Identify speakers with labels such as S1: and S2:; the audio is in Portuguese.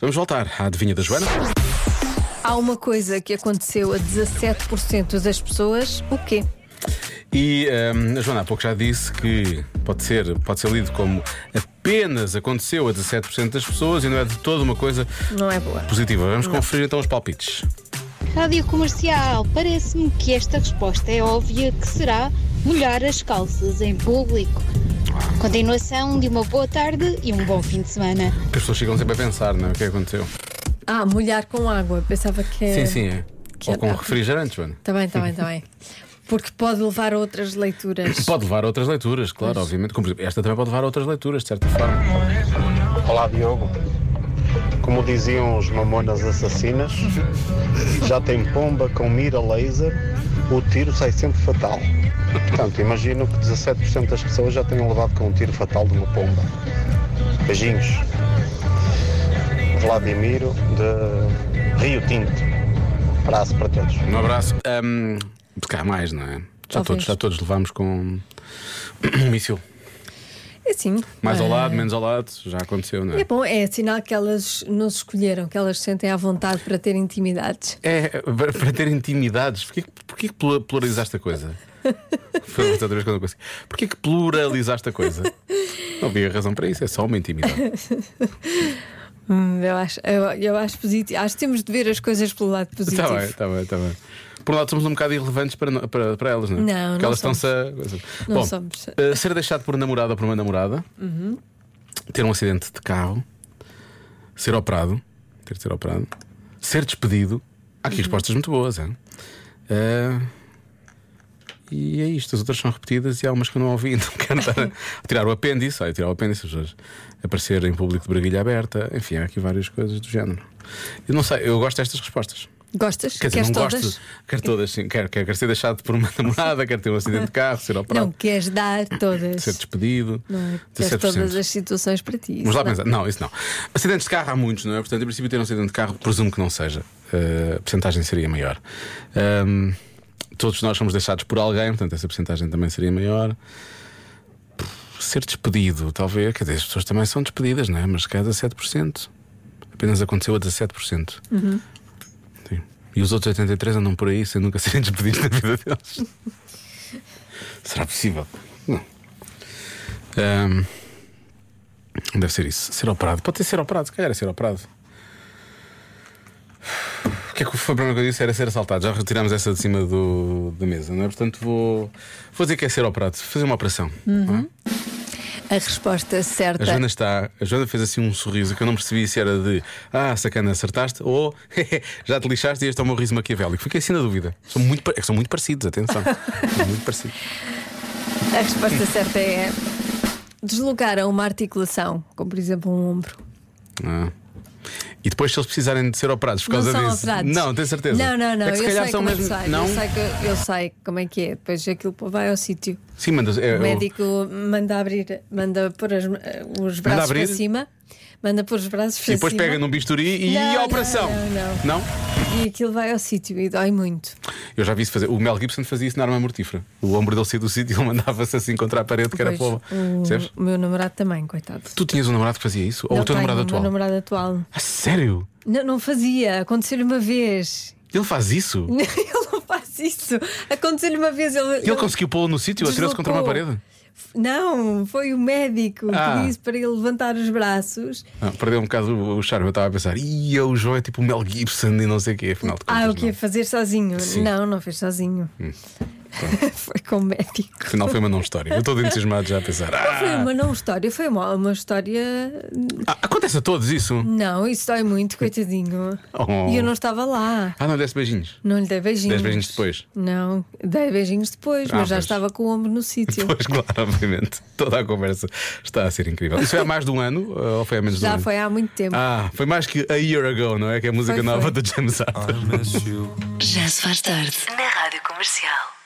S1: Vamos voltar à adivinha da Joana.
S2: Há uma coisa que aconteceu a 17% das pessoas, o quê?
S1: E hum, a Joana há pouco já disse que pode ser, pode ser lido como apenas aconteceu a 17% das pessoas e não é de toda uma coisa
S2: Não é boa.
S1: positiva. Vamos conferir então os palpites.
S3: Rádio Comercial, parece-me que esta resposta é óbvia que será molhar as calças em público. Continuação de uma boa tarde e um bom fim de semana.
S1: Porque as pessoas chegam sempre a pensar, não é? O que é que aconteceu?
S2: Ah, molhar com água. Pensava que
S1: Sim,
S2: é.
S1: sim, é.
S2: Que
S1: Ou
S2: é
S1: com
S2: rápido.
S1: refrigerantes, Joana.
S2: Tá bem, tá bem, tá bem. Porque pode levar a outras leituras.
S1: Pode levar a outras leituras, claro, obviamente. Como, por exemplo, esta também pode levar a outras leituras, de certa forma.
S4: Olá Diogo. Como diziam os mamonas assassinas, já tem pomba com mira laser, o tiro sai sempre fatal. Portanto, imagino que 17% das pessoas já tenham levado com um tiro fatal de uma pomba. Beijinhos. Vladimiro de Rio Tinto. Abraço para todos.
S1: Um abraço. Hum, porque há mais, não é? Já
S2: Talvez.
S1: todos, já todos levámos com um míssil.
S2: É sim.
S1: Mais ao
S2: Ah,
S1: lado, menos ao lado, já aconteceu, não
S2: É
S1: é?
S2: bom, é sinal que elas nos escolheram, que elas se sentem à vontade para ter intimidades.
S1: É, para para ter intimidades. Porquê, que- porquê que plu- pluralizaste a coisa? Foi outra vez que eu não consegui. Porquê que pluralizaste a coisa? Não havia razão para isso, é só uma intimidade.
S2: Hum, eu, acho, eu, eu acho positivo. Acho que temos de ver as coisas pelo lado positivo.
S1: Está Tá bem, está bem, está bem. Por um lado, somos um bocado irrelevantes para, no- para, para elas, não é?
S2: Não,
S1: Porque
S2: não
S1: elas
S2: somos.
S1: estão-se a. coisa.
S2: Não
S1: Bom,
S2: somos.
S1: eh, ser deixado por um namorado ou por uma namorada,
S2: Uhum.
S1: ter um acidente de carro, ser operado, ter de ser operado, ser despedido. Há aqui
S2: Uhum.
S1: respostas muito boas, é? Eh, e é isto, as outras são repetidas e há umas que eu não ouvi, então quero estar a tirar o apêndice, olha, tirar o apêndice, as pessoas aparecer em público de braguilha aberta, enfim, há aqui várias coisas do género. Eu não sei, eu gosto destas respostas.
S2: Gostas?
S1: Quer dizer,
S2: Queres
S1: não
S2: todas?
S1: gosto. Quero todas, sim. Quero, quero, quero ser deixado por uma namorada, quero ter um acidente de carro, ser operado,
S2: Não, queres dar todas.
S1: ser despedido.
S2: Não é? Queres
S1: 17%.
S2: todas as situações para ti.
S1: Vamos lá
S2: Isso
S1: pensar. Não, isso não. Acidentes de carro há muitos, não é? Portanto, em princípio, ter um acidente de carro, presumo que não seja. Uh, a porcentagem seria maior. Um, todos nós somos deixados por alguém, portanto, essa porcentagem também seria maior. Ser despedido, talvez. Quer dizer, as pessoas também são despedidas, não é? Mas cada 7%. Apenas aconteceu a 17%. Sim. E os outros 83 andam por aí sem nunca serem despedidos na vida deles. Será possível? Não. Um, Deve ser isso. Ser operado. Pode ter ser operado, se calhar é ser operado. O que é que foi a primeira coisa que eu disse? Era ser assaltado. Já retirámos essa de cima do, da mesa, não é? Portanto, vou, vou dizer que é ser operado. Fazer uma operação. não é?
S2: Uhum. A resposta certa.
S1: A Joana está. A Joana fez assim um sorriso que eu não percebi se era de Ah, sacana, acertaste ou já te lixaste e este é o meu riso maquiavélico. Fiquei assim na dúvida. São muito, pa- é que são muito parecidos, atenção. são muito parecidos.
S2: A resposta certa é deslocar a uma articulação, como por exemplo um ombro.
S1: Ah. E depois, se eles precisarem de ser operados por causa
S2: não são
S1: disso.
S2: operados.
S1: Não, tenho certeza.
S2: Não, não, não.
S1: É que se
S2: eu,
S1: calhar
S2: sei
S1: são
S2: como é que
S1: mesmo.
S2: sai.
S1: Não?
S2: Eu, sei que- eu sei como é que é. Depois aquilo vai ao sítio.
S1: Sim, mas é,
S2: O
S1: eu-
S2: médico manda abrir, manda pôr as- os braços
S1: abrir?
S2: para cima, manda pôr os braços para
S1: E depois
S2: cima
S1: pega num bisturi e
S2: Não,
S1: a operação.
S2: não, não, e aquilo vai ao sítio e dói muito.
S1: Eu já vi isso fazer. O Mel Gibson fazia isso na arma mortífera. O ombro dele saía do sítio e ele mandava-se assim contra a parede, que era
S2: Pois,
S1: pova. Percebes?
S2: o, o meu namorado também, coitado.
S1: Tu tinhas um namorado que fazia isso? Ou
S2: Não
S1: o teu
S2: tenho,
S1: namorado
S2: o meu
S1: atual?
S2: namorado atual.
S1: Ah, sério?
S2: Não, não fazia, aconteceu-lhe uma vez.
S1: Ele faz isso?
S2: Ele não faz isso. Aconteceu-lhe uma vez. Ele,
S1: Ele conseguiu pô-lo no sítio, atirou-se contra uma
S2: deslocou.
S1: parede?
S2: Não, foi o médico
S1: Ah.
S2: que disse para ele levantar os braços.
S1: Ah, perdeu um bocado o, o charme. Eu estava a pensar, ia o João é tipo o Mel Gibson e não sei o quê, afinal de contas.
S2: Ah, o que
S1: não.
S2: é fazer sozinho?
S1: Sim. Hum.
S2: Não, não fez sozinho. foi com o médico.
S1: Afinal foi uma não história. Eu estou entusiasmado já a pensar.
S2: Não Foi
S1: Ah,
S2: uma não história, foi uma, uma história.
S1: Ah, acontece a todos isso?
S2: Não, isso dói muito, coitadinho.
S1: Oh.
S2: E eu não estava lá.
S1: Ah, não, desce beijinhos.
S2: Não lhe dei beijinhos.
S1: Dez beijinhos depois.
S2: Não, dei beijinhos depois,
S1: Ah,
S2: mas já
S1: pois.
S2: estava com o ombro no sítio.
S1: Pois, claro, obviamente. Toda a conversa está a ser incrível. Isso foi há mais de um ano ou foi há menos de um
S2: Já
S1: ano?
S2: foi há muito tempo.
S1: Ah, foi mais que a year ago, não é? Que é a música
S2: Foi,
S1: nova
S2: foi.
S1: do James Arthur.
S5: Já se faz tarde na Rádio Comercial.